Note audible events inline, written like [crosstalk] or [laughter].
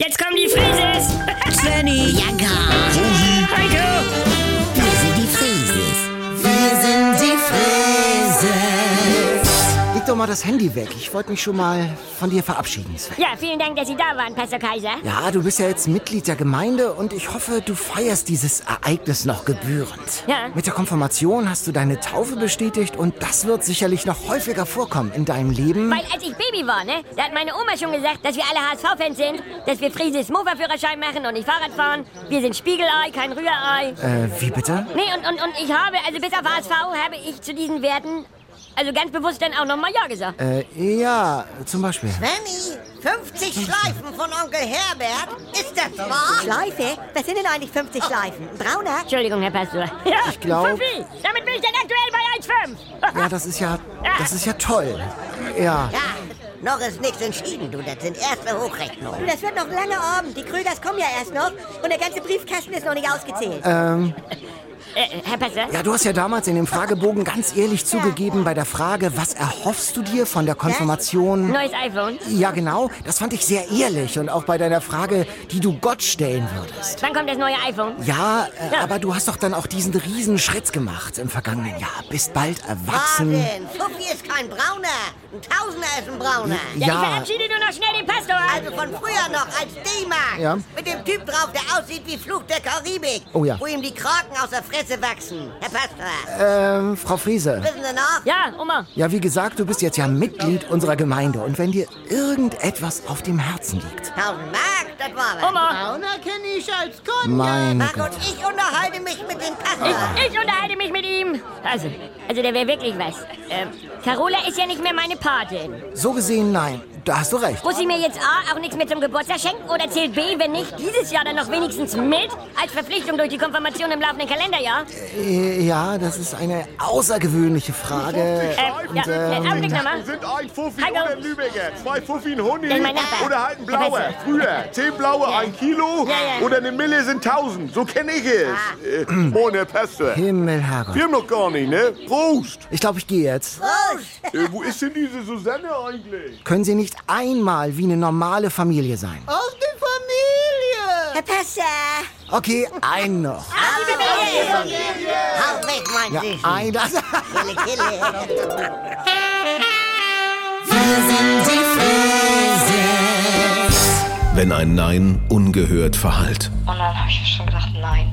Jetzt kommen die [laughs] Frieses! Svenny, Ja, gar. Heiko! Wir sind die Frieses. Wir sind die Frieses. leg doch mal das Handy weg. Ich wollte mich schon mal von dir verabschieden, Sven. Ja, vielen Dank, dass Sie da waren, Pastor Kaiser. Ja, du bist ja jetzt Mitglied der Gemeinde und ich hoffe, du feierst dieses Ereignis noch gebührend. Ja. Mit der Konfirmation hast du deine Taufe bestätigt und das wird sicherlich noch häufiger vorkommen in deinem Leben. Weil als ich Baby war, ne, da hat meine Oma schon gesagt, dass wir alle HSV-Fans sind, dass wir Frieses Mofa-Führerschein machen und nicht Fahrrad fahren. Wir sind Spiegelei, kein Rührei. Äh, wie bitte? Nee, und, und, und ich habe, also bis auf HSV, habe ich zu diesen Werten, also ganz bewusst dann auch nochmal Ja gesagt. Äh, ja, zum Beispiel. Benny, 50 Schleifen von Onkel Herbert? Ist das wahr? Schleife? Was sind denn eigentlich 50 Schleifen? Ein Brauner? Entschuldigung, Herr Pastor. [laughs] Ja, Ich glaub- Fuffi, damit bin ich dann aktuell bei 1,5. Ja, das ist ja, das ist ja toll. Ja, Ja, noch ist nichts entschieden, du. Das sind erste Hochrechnungen. Du, Das wird noch ein langer Abend. Die Krögers kommen ja erst noch und der ganze Briefkasten ist noch nicht ausgezählt. [laughs] Äh, Herr Pastor? ja, du hast ja damals in dem Fragebogen ganz ehrlich zugegeben bei der Frage, was erhoffst du dir von der Konfirmation? Neues iPhone. Ja, genau. Das fand ich sehr ehrlich und auch bei deiner Frage, die du Gott stellen würdest. Wann kommt das neue iPhone? Ja, äh, Ja. aber du hast doch dann auch diesen riesen Schritt gemacht im vergangenen Jahr. Bist bald erwachsen. Marvin, Fuffi ist kein Brauner. Ein Tausender ist ein Brauner. Ja, ich Ja, verabschiede nur noch schnell den Pastor. Also von früher noch als D-Mark. Ja. Mit dem Typ drauf, der aussieht wie Fluch der Karibik. Oh ja. Wo ihm die Kraken aus der Fresse wachsen. Herr Pastor, ähm, Frau Friese. wissen Sie noch? Ja, Oma. Ja, wie gesagt, du bist jetzt ja Mitglied unserer Gemeinde. Und wenn dir irgendetwas auf dem Herzen liegt, 1000 Mark, das war was. Oma. meine Marc Güte. und äh, ich unterhalte mich mit dem Pastor. Ich unterhalte mich mit ihm. Also, also der wäre wirklich was. Ähm, Carola ist ja nicht mehr meine Patin. So gesehen, nein. Da hast du recht. Muss sie mir jetzt A, auch nichts mehr zum Geburtstag schenken oder zählt B, wenn nicht, dieses Jahr dann noch wenigstens mit als Verpflichtung durch die Konfirmation im laufenden Kalenderjahr? Äh, ja, das ist eine außergewöhnliche Äh, Frage. Ähm, ja, Und, ähm, äh, Augenblick nochmal. Wir sind ein Fuffi Hallo. oder ein Lübecker, zwei Fuffi, ein Huni Denn mein Nachbar- oder halt ein Ja, Blauer. weißt Früher, zehn Blaue, ein Kilo Ja, Ah. ja. oder eine Mille sind tausend. So kenne ich es. Äh, Moin, Herr Pastor. Himmel, Herrgott. Wir haben noch gar nicht, ne? [laughs] Prost. Ich glaube, ich gehe jetzt. Äh, wo ist denn diese Susanne eigentlich? Können Sie nicht einmal wie eine normale Familie sein? Herr Passer! Okay, einen noch. Hau weg, mein Ja, Süßen. ein. Das. Kille, kille. Wir sind die Frieses. Wenn ein Nein ungehört verhallt, Und dann habe ich mir schon gedacht, nein.